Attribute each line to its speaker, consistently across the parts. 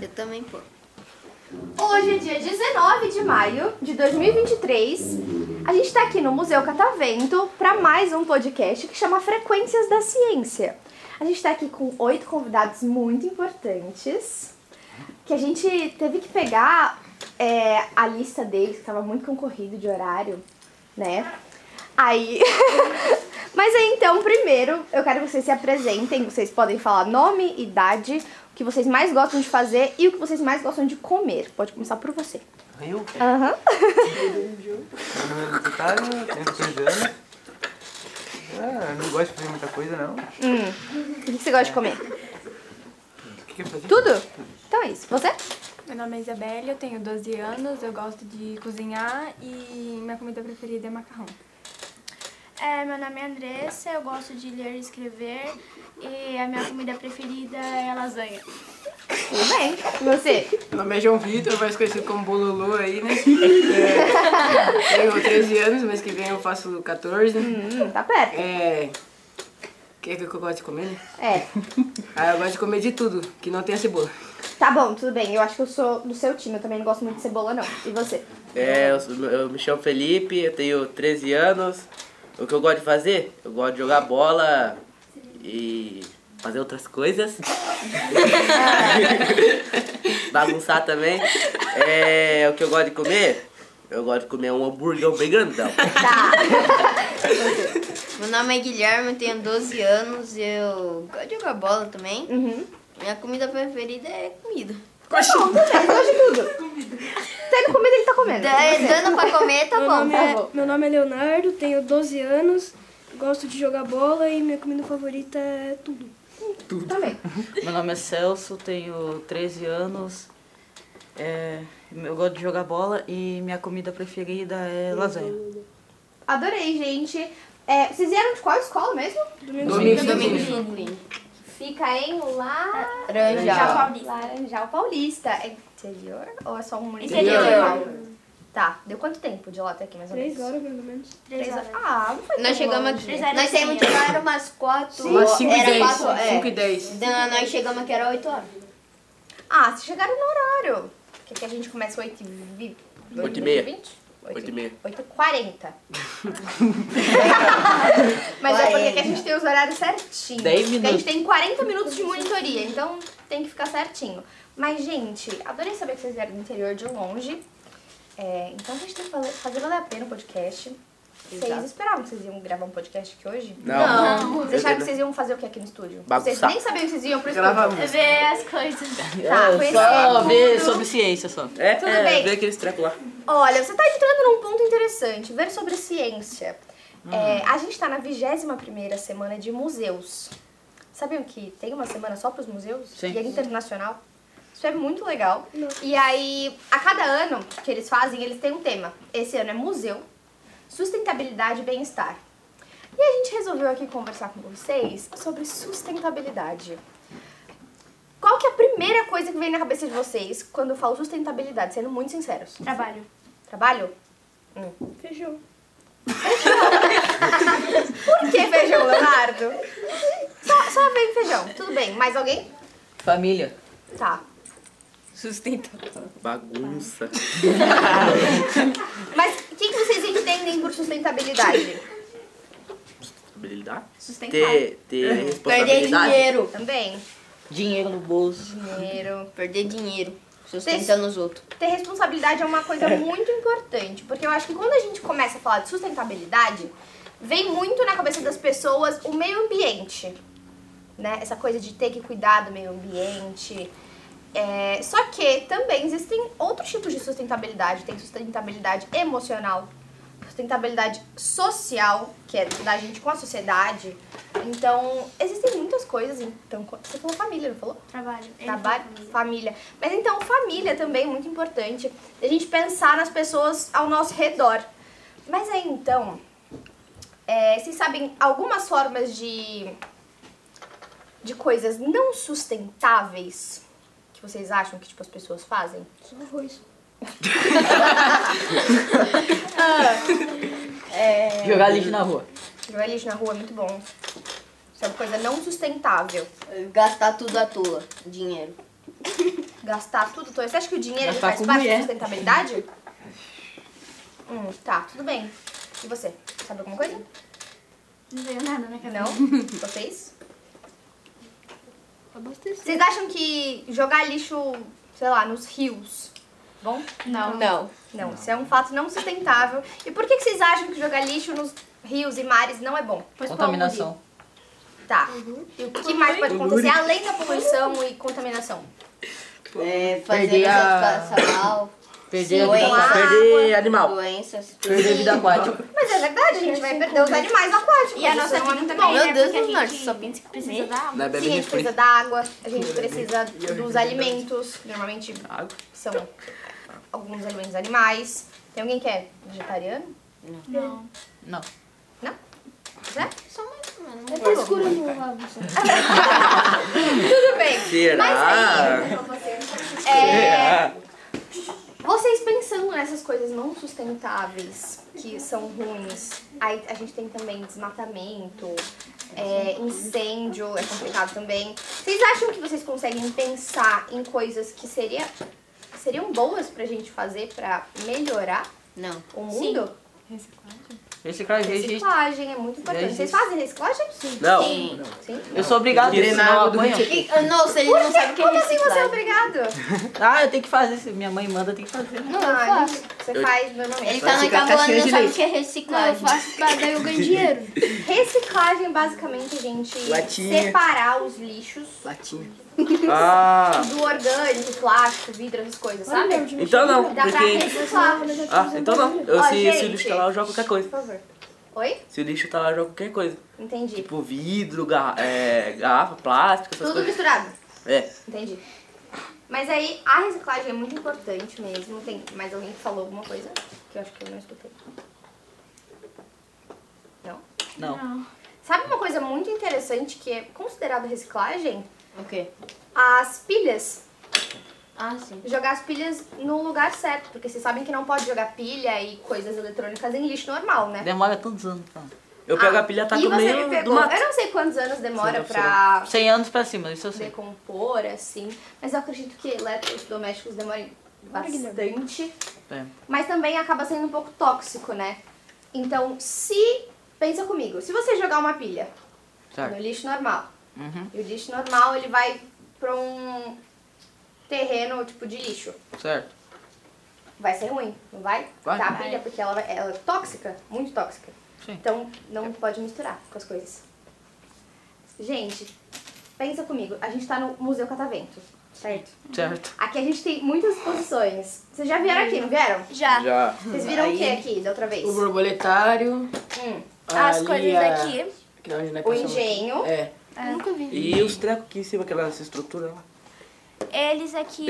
Speaker 1: Eu também pô.
Speaker 2: Hoje, é dia 19 de maio de 2023, a gente está aqui no Museu Catavento para mais um podcast que chama Frequências da Ciência. A gente está aqui com oito convidados muito importantes que a gente teve que pegar é, a lista deles, que estava muito concorrido de horário, né? Aí. Mas aí então, primeiro, eu quero que vocês se apresentem. Vocês podem falar nome, idade, o que vocês mais gostam de fazer e o que vocês mais gostam de comer. Pode começar por você.
Speaker 3: Eu?
Speaker 2: Aham.
Speaker 3: Meu nome é Luiz Otávio, tenho 14 anos. Ah, eu não gosto de fazer muita coisa, não. O
Speaker 2: O que você gosta de comer?
Speaker 3: que que eu fazer?
Speaker 2: Tudo? Então é isso. Você?
Speaker 4: Meu nome é Isabelle, eu tenho 12 anos, eu gosto de cozinhar e minha comida preferida é macarrão.
Speaker 5: É, meu nome é Andressa, eu gosto de ler e escrever e a minha comida preferida é lasanha.
Speaker 2: Tudo bem. Você?
Speaker 6: Meu nome é João Vitor, mais conhecido como Bololô aí, né? É, tenho 13 anos, mas que vem eu faço 14.
Speaker 2: Hum, tá perto.
Speaker 6: É. O que é que eu gosto de comer? né?
Speaker 2: É.
Speaker 6: Ah, eu gosto de comer de tudo, que não tenha cebola.
Speaker 2: Tá bom, tudo bem. Eu acho que eu sou do seu time. Eu também não gosto muito de cebola, não. E você?
Speaker 7: É, eu, sou- eu me chamo Felipe, eu tenho 13 anos. O que eu gosto de fazer? Eu gosto de jogar bola e fazer outras coisas. Bagunçar também. É, o que eu gosto de comer? Eu gosto de comer um hambúrguer bem grandão.
Speaker 2: Tá.
Speaker 1: Meu nome é Guilherme, eu tenho 12 anos, eu gosto de jogar bola também.
Speaker 2: Uhum.
Speaker 1: Minha comida preferida é comida.
Speaker 2: Você gosta de tudo? Tendo comida, ele tá comendo.
Speaker 1: É, dando pra comer, tá bom.
Speaker 2: nome é-
Speaker 5: meu nome é Leonardo, tenho 12 anos, gosto de jogar bola e minha comida favorita é tudo.
Speaker 2: Também.
Speaker 8: Meu nome é Celso, tenho 13 anos. é, eu gosto de jogar bola e minha comida preferida é lasanha.
Speaker 2: Adorei, gente. É, vocês vieram de qual escola mesmo?
Speaker 6: Domingo,
Speaker 1: Domingos Franklin.
Speaker 2: Fica em lá...
Speaker 1: Laranjal.
Speaker 2: Laranjal Paulista. É interior ou é só um município?
Speaker 1: Interior.
Speaker 2: Tá. Deu quanto tempo de lá até aqui, mais ou menos?
Speaker 5: pelo menos.
Speaker 2: Três horas. Ah, não foi
Speaker 1: Nós
Speaker 2: tão
Speaker 1: chegamos
Speaker 2: longe.
Speaker 1: aqui.
Speaker 5: Três horas
Speaker 1: Nós
Speaker 5: e
Speaker 1: saímos de lá, era umas 4
Speaker 6: Umas 5 e
Speaker 1: Era
Speaker 6: 10.
Speaker 1: 4
Speaker 6: 5 e
Speaker 1: é.
Speaker 6: 10.
Speaker 1: Da- Nós chegamos aqui, era 8 horas.
Speaker 2: Ah, vocês chegaram no horário. Porque aqui a gente começa 8 e vi-
Speaker 7: Oito e meia.
Speaker 2: 20?
Speaker 7: Oito e meia.
Speaker 2: 8 e 40. Mas é porque aqui a gente tem os horários certinhos.
Speaker 7: Dez
Speaker 2: Porque A
Speaker 7: minutos.
Speaker 2: gente tem 40 minutos de monitoria, então tem que ficar certinho. Mas, gente, adorei saber que vocês vieram do interior de longe. É, então a gente tem que fala- fazer valer a pena o podcast. Vocês esperavam que vocês iam gravar um podcast aqui hoje?
Speaker 7: Não.
Speaker 2: Vocês acharam que vocês iam fazer o que aqui no estúdio?
Speaker 7: Bagunçar.
Speaker 2: Vocês nem sabiam que vocês iam pro estúdio.
Speaker 6: Grava música.
Speaker 5: Ver as coisas.
Speaker 2: Tá,
Speaker 8: É,
Speaker 2: conheci
Speaker 8: só
Speaker 2: tudo.
Speaker 8: ver sobre ciência só.
Speaker 7: É,
Speaker 2: Tudo
Speaker 7: é,
Speaker 2: bem.
Speaker 7: vê aqueles trecos lá.
Speaker 2: Olha, você tá entrando num ponto interessante, ver sobre ciência. É, a gente tá na 21ª semana de museus. Sabiam que tem uma semana só pros museus?
Speaker 8: Sim.
Speaker 2: E é internacional. Isso é muito legal. E aí, a cada ano que eles fazem, eles têm um tema. Esse ano é museu, sustentabilidade e bem-estar. E a gente resolveu aqui conversar com vocês sobre sustentabilidade. Qual que é a primeira coisa que vem na cabeça de vocês quando eu falo sustentabilidade, sendo muito sinceros?
Speaker 5: Trabalho.
Speaker 2: Trabalho? Hum.
Speaker 5: Feijão.
Speaker 2: Por que feijão, Leonardo? Só, só vem feijão. Tudo bem. Mais alguém?
Speaker 8: Família.
Speaker 2: Tá.
Speaker 7: Bagunça.
Speaker 2: Mas o que, que vocês entendem por sustentabilidade?
Speaker 7: Habilidade.
Speaker 2: Sustentável.
Speaker 7: Ter, ter
Speaker 1: Perder
Speaker 7: responsabilidade.
Speaker 1: dinheiro.
Speaker 2: Também.
Speaker 8: Dinheiro no bolso.
Speaker 2: Dinheiro.
Speaker 1: Perder dinheiro. Sustentando os outros.
Speaker 2: Ter responsabilidade é uma coisa muito importante, porque eu acho que quando a gente começa a falar de sustentabilidade, vem muito na cabeça das pessoas o meio ambiente, né? Essa coisa de ter que cuidar do meio ambiente. É, só que também existem outros tipos de sustentabilidade. Tem sustentabilidade emocional, sustentabilidade social, que é da gente com a sociedade. Então, existem muitas coisas. Então, você falou família, não falou?
Speaker 5: Trabalho.
Speaker 2: Trabalho, Tá, família. Mas então, família também é muito importante. A gente pensar nas pessoas ao nosso redor. Mas aí então, é, vocês sabem algumas formas de, de coisas não sustentáveis que vocês acham que tipo, as pessoas fazem?
Speaker 5: Só arroz.
Speaker 2: É.
Speaker 8: Jogar lixo na rua.
Speaker 2: Jogar lixo na rua é muito bom. Isso é uma coisa não sustentável.
Speaker 1: Gastar tudo à toa, dinheiro.
Speaker 2: Gastar tudo. Então, você acha que o dinheiro ele
Speaker 8: Gastar
Speaker 2: faz
Speaker 8: com
Speaker 2: parte da
Speaker 8: mulher.
Speaker 2: sustentabilidade? Hum, tá, tudo bem. E você? Sabe alguma coisa?
Speaker 5: Não veio nada né, na cabeça.
Speaker 2: Não? Vocês? Vocês acham que jogar lixo, sei lá, nos rios? Bom?
Speaker 5: Não.
Speaker 2: Não. Não, isso é um fato não sustentável. E por que, que vocês acham que jogar lixo nos rios e mares não é bom?
Speaker 5: Pois
Speaker 8: Contaminação.
Speaker 2: Tá. E o que mais pode acontecer além da poluição e contaminação?
Speaker 1: É, fazer
Speaker 8: Perder a-
Speaker 1: essas passar mal.
Speaker 8: Perder
Speaker 1: Sim,
Speaker 8: a vida
Speaker 1: vamos lá.
Speaker 8: aquática.
Speaker 7: Perder animal.
Speaker 1: Doenças.
Speaker 8: Perder a vida aquática.
Speaker 2: Mas é verdade, a gente vai perder os animais aquáticos.
Speaker 5: E a
Speaker 2: isso não
Speaker 5: nossa
Speaker 2: é
Speaker 5: vida
Speaker 2: muito
Speaker 5: também,
Speaker 2: bom.
Speaker 5: né?
Speaker 1: Meu Deus
Speaker 5: Porque a
Speaker 1: do norte,
Speaker 5: gente
Speaker 1: só pensa em
Speaker 5: Precisa
Speaker 1: comer.
Speaker 5: da água.
Speaker 7: Não
Speaker 2: Sim, a
Speaker 7: é bebê
Speaker 2: gente precisa
Speaker 7: refri.
Speaker 2: da água, a gente precisa dos alimentos, normalmente
Speaker 7: Água.
Speaker 2: são alguns alimentos animais. Tem alguém que é vegetariano?
Speaker 5: Não.
Speaker 8: Não.
Speaker 2: Né?
Speaker 5: Só mais ou menos.
Speaker 2: Tá escuro no Tudo bem.
Speaker 7: Será?
Speaker 2: É, vocês pensando nessas coisas não sustentáveis que são ruins, aí a gente tem também desmatamento, é, incêndio, é complicado também. Vocês acham que vocês conseguem pensar em coisas que seria, seriam boas pra gente fazer pra melhorar
Speaker 1: Não.
Speaker 2: o mundo?
Speaker 8: Reciclagem, registro.
Speaker 2: Reciclagem é muito importante. Vocês fazem reciclagem? Sim.
Speaker 7: Não.
Speaker 1: Sim.
Speaker 2: Sim.
Speaker 8: Eu sou obrigado,
Speaker 7: Drenar
Speaker 8: senão eu
Speaker 7: água do
Speaker 8: apanho.
Speaker 1: E- ah, Nossa, ele não sabe o que é
Speaker 2: Como assim você é
Speaker 1: reciclagem.
Speaker 2: obrigado?
Speaker 8: Ah, eu tenho que fazer. Se minha mãe manda, eu tenho que fazer. né?
Speaker 2: Não, ah, você faz é normalmente.
Speaker 1: Ele tá na cavalo e não sabe o que é reciclagem.
Speaker 5: faço pra daí eu ganho dinheiro.
Speaker 2: Reciclagem, basicamente, a gente
Speaker 7: Latinha.
Speaker 2: separar os lixos
Speaker 7: Latinha. Ah,
Speaker 2: do orgânico, plástico, vidro, essas coisas, sabe?
Speaker 7: então não.
Speaker 2: Dá pra
Speaker 7: Porque.
Speaker 2: reciclar.
Speaker 7: Ah, então não. Eu,
Speaker 2: Ó,
Speaker 7: se, se o
Speaker 2: gente.
Speaker 7: lixo tá lá, eu jogo qualquer coisa.
Speaker 2: Por favor. Oi?
Speaker 7: Se o lixo tá lá, eu jogo qualquer coisa.
Speaker 2: Entendi.
Speaker 7: Tipo vidro, garra- é, garrafa, plástico, essas
Speaker 2: Tudo
Speaker 7: coisas.
Speaker 2: misturado.
Speaker 7: É.
Speaker 2: Entendi. Mas aí, a reciclagem é muito importante mesmo. Tem mais alguém que falou alguma coisa que eu acho que eu não escutei. Não?
Speaker 8: Não.
Speaker 2: Ah. Sabe uma coisa muito interessante que é considerado reciclagem?
Speaker 1: O quê?
Speaker 2: As pilhas.
Speaker 1: Ah, sim.
Speaker 2: jogar as pilhas no lugar certo, porque vocês sabem que não pode jogar pilha e coisas eletrônicas em lixo normal, né?
Speaker 8: Demora tantos anos. Então.
Speaker 7: Eu pego
Speaker 2: Ah,
Speaker 7: a pilha, tá
Speaker 2: e
Speaker 7: no
Speaker 2: você
Speaker 7: meio
Speaker 2: me
Speaker 7: do
Speaker 2: pegou.
Speaker 7: mato.
Speaker 2: Eu não sei quantos anos demora
Speaker 7: Sim,
Speaker 2: pra
Speaker 8: 100 anos pra cima, isso eu sei.
Speaker 2: decompor, assim, mas eu acredito que eletrodomésticos demorem bastante.
Speaker 8: É.
Speaker 2: Mas também acaba sendo um pouco tóxico, né? Então, se. Pensa comigo, se você jogar uma pilha
Speaker 8: Certo.
Speaker 2: no lixo normal,
Speaker 8: Uhum.
Speaker 2: e o lixo normal ele vai pra um terreno tipo de lixo.
Speaker 8: Certo.
Speaker 2: vai ser ruim, não vai?
Speaker 8: Vai.
Speaker 2: Tá a pilha, porque ela, vai- ela é tóxica, muito tóxica.
Speaker 8: Sim.
Speaker 2: Então não pode misturar com as coisas. Gente, pensa comigo, a gente tá no Museu Catavento, certo?
Speaker 8: Certo.
Speaker 2: Aqui a gente tem muitas exposições. Vocês já vieram aqui, não vieram?
Speaker 5: Já.
Speaker 7: Já.
Speaker 2: Vocês viram o que aqui da outra vez?
Speaker 6: O borboletário.
Speaker 2: Hum,
Speaker 5: As
Speaker 6: ali
Speaker 5: coisas
Speaker 6: a-
Speaker 5: daqui.
Speaker 6: que não, onde nós
Speaker 2: o
Speaker 6: passamos.
Speaker 2: engenho.
Speaker 6: É.
Speaker 5: Nunca vi.
Speaker 7: E os trecos aqui em cima, aquela estrutura lá.
Speaker 5: Eles aqui,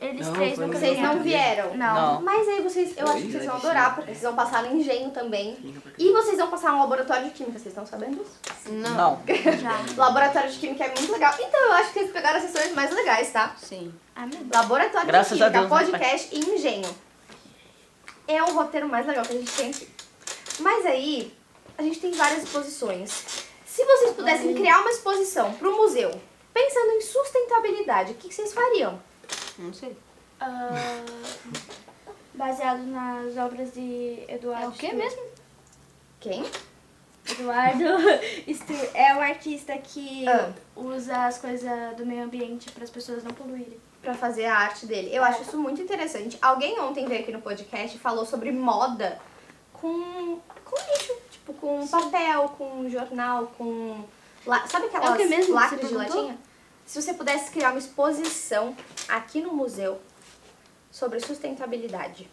Speaker 5: eles
Speaker 6: Não,
Speaker 5: três
Speaker 6: foi um
Speaker 5: nunca
Speaker 6: no
Speaker 2: Vocês não
Speaker 5: vieram.
Speaker 2: vieram?
Speaker 5: Não.
Speaker 8: Não.
Speaker 2: Mas aí vocês, eu acho que vocês vão adorar, porque vocês vão passar no engenho também. E vocês vão passar no laboratório de química, vocês estão sabendo disso?
Speaker 1: Não.
Speaker 8: Não.
Speaker 5: Já.
Speaker 2: Laboratório de Química é muito legal. Então eu acho que eles pegaram as sessões mais legais, tá?
Speaker 1: Sim.
Speaker 5: Ah, meu Deus.
Speaker 2: Laboratório
Speaker 8: Graças
Speaker 2: de
Speaker 8: a
Speaker 2: Química,
Speaker 8: Deus, né,
Speaker 2: podcast e engenho. É o roteiro mais legal que a gente tem aqui. Mas aí, a gente tem várias exposições. Se vocês pudessem criar uma exposição para o museu, pensando em sustentabilidade, o que que vocês fariam?
Speaker 1: Não sei.
Speaker 5: Ah, baseado nas obras de Eduardo.
Speaker 1: É o quê
Speaker 5: Stur-
Speaker 1: mesmo?
Speaker 2: Quem?
Speaker 5: Eduardo Stur- é um artista que
Speaker 2: Ah.
Speaker 5: usa as coisas do meio ambiente para as pessoas não poluírem. É.
Speaker 2: Pra fazer a arte dele. Eu acho isso muito interessante. Alguém ontem veio aqui no podcast e falou sobre moda com, com lixo. Tipo, com papel, com jornal, com... la- Sabe
Speaker 5: É o
Speaker 2: aquelas
Speaker 5: que mesmo que
Speaker 2: lacres
Speaker 5: você
Speaker 2: de
Speaker 5: perguntou?
Speaker 2: latinha? Se você pudesse criar uma exposição aqui no museu sobre sustentabilidade.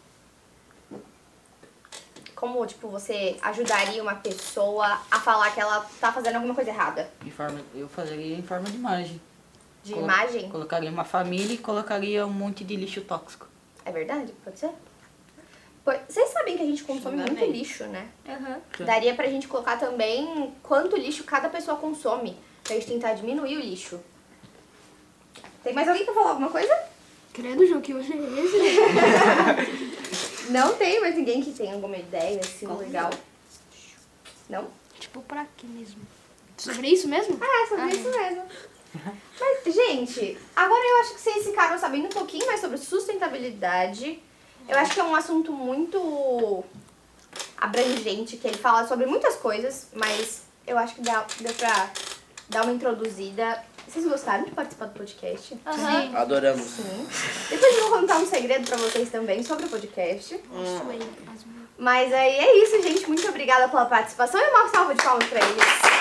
Speaker 2: Como, tipo, você ajudaria uma pessoa a falar que ela tá fazendo alguma coisa errada?
Speaker 8: Em forma, eu faria em forma de imagem.
Speaker 2: De
Speaker 8: Colo-
Speaker 2: imagem?
Speaker 8: Colocaria uma família e colocaria um monte de lixo tóxico.
Speaker 2: É verdade? Pode ser? Po- Vocês sabem que a gente consome muito
Speaker 1: Fundamento.
Speaker 2: lixo, né?
Speaker 5: Aham.
Speaker 2: Daria pra gente colocar também quanto lixo cada pessoa consome. Pra gente tentar diminuir o lixo. Tem mais alguém pra falar alguma coisa?
Speaker 5: Credo, João, que hoje é esse?
Speaker 2: Não tem mais ninguém que tem alguma ideia assim legal. Não?
Speaker 5: Tipo, pra quê mesmo? Sobre isso mesmo?
Speaker 2: É, sobre isso mesmo. Mas, gente, agora eu acho que vocês ficaram sabendo um pouquinho mais sobre sustentabilidade. Eu acho que é um assunto muito abrangente, que ele fala sobre muitas coisas, mas eu acho que dá, deu pra dar uma introduzida. Vocês gostaram de participar do podcast?
Speaker 5: Aham.
Speaker 7: Adoramos.
Speaker 2: Sim. Depois eu vou contar um segredo pra vocês também sobre o podcast.
Speaker 5: Isso aí, as
Speaker 2: Mas aí é isso, gente. Muito obrigada pela participação e uma salva de palmas pra eles.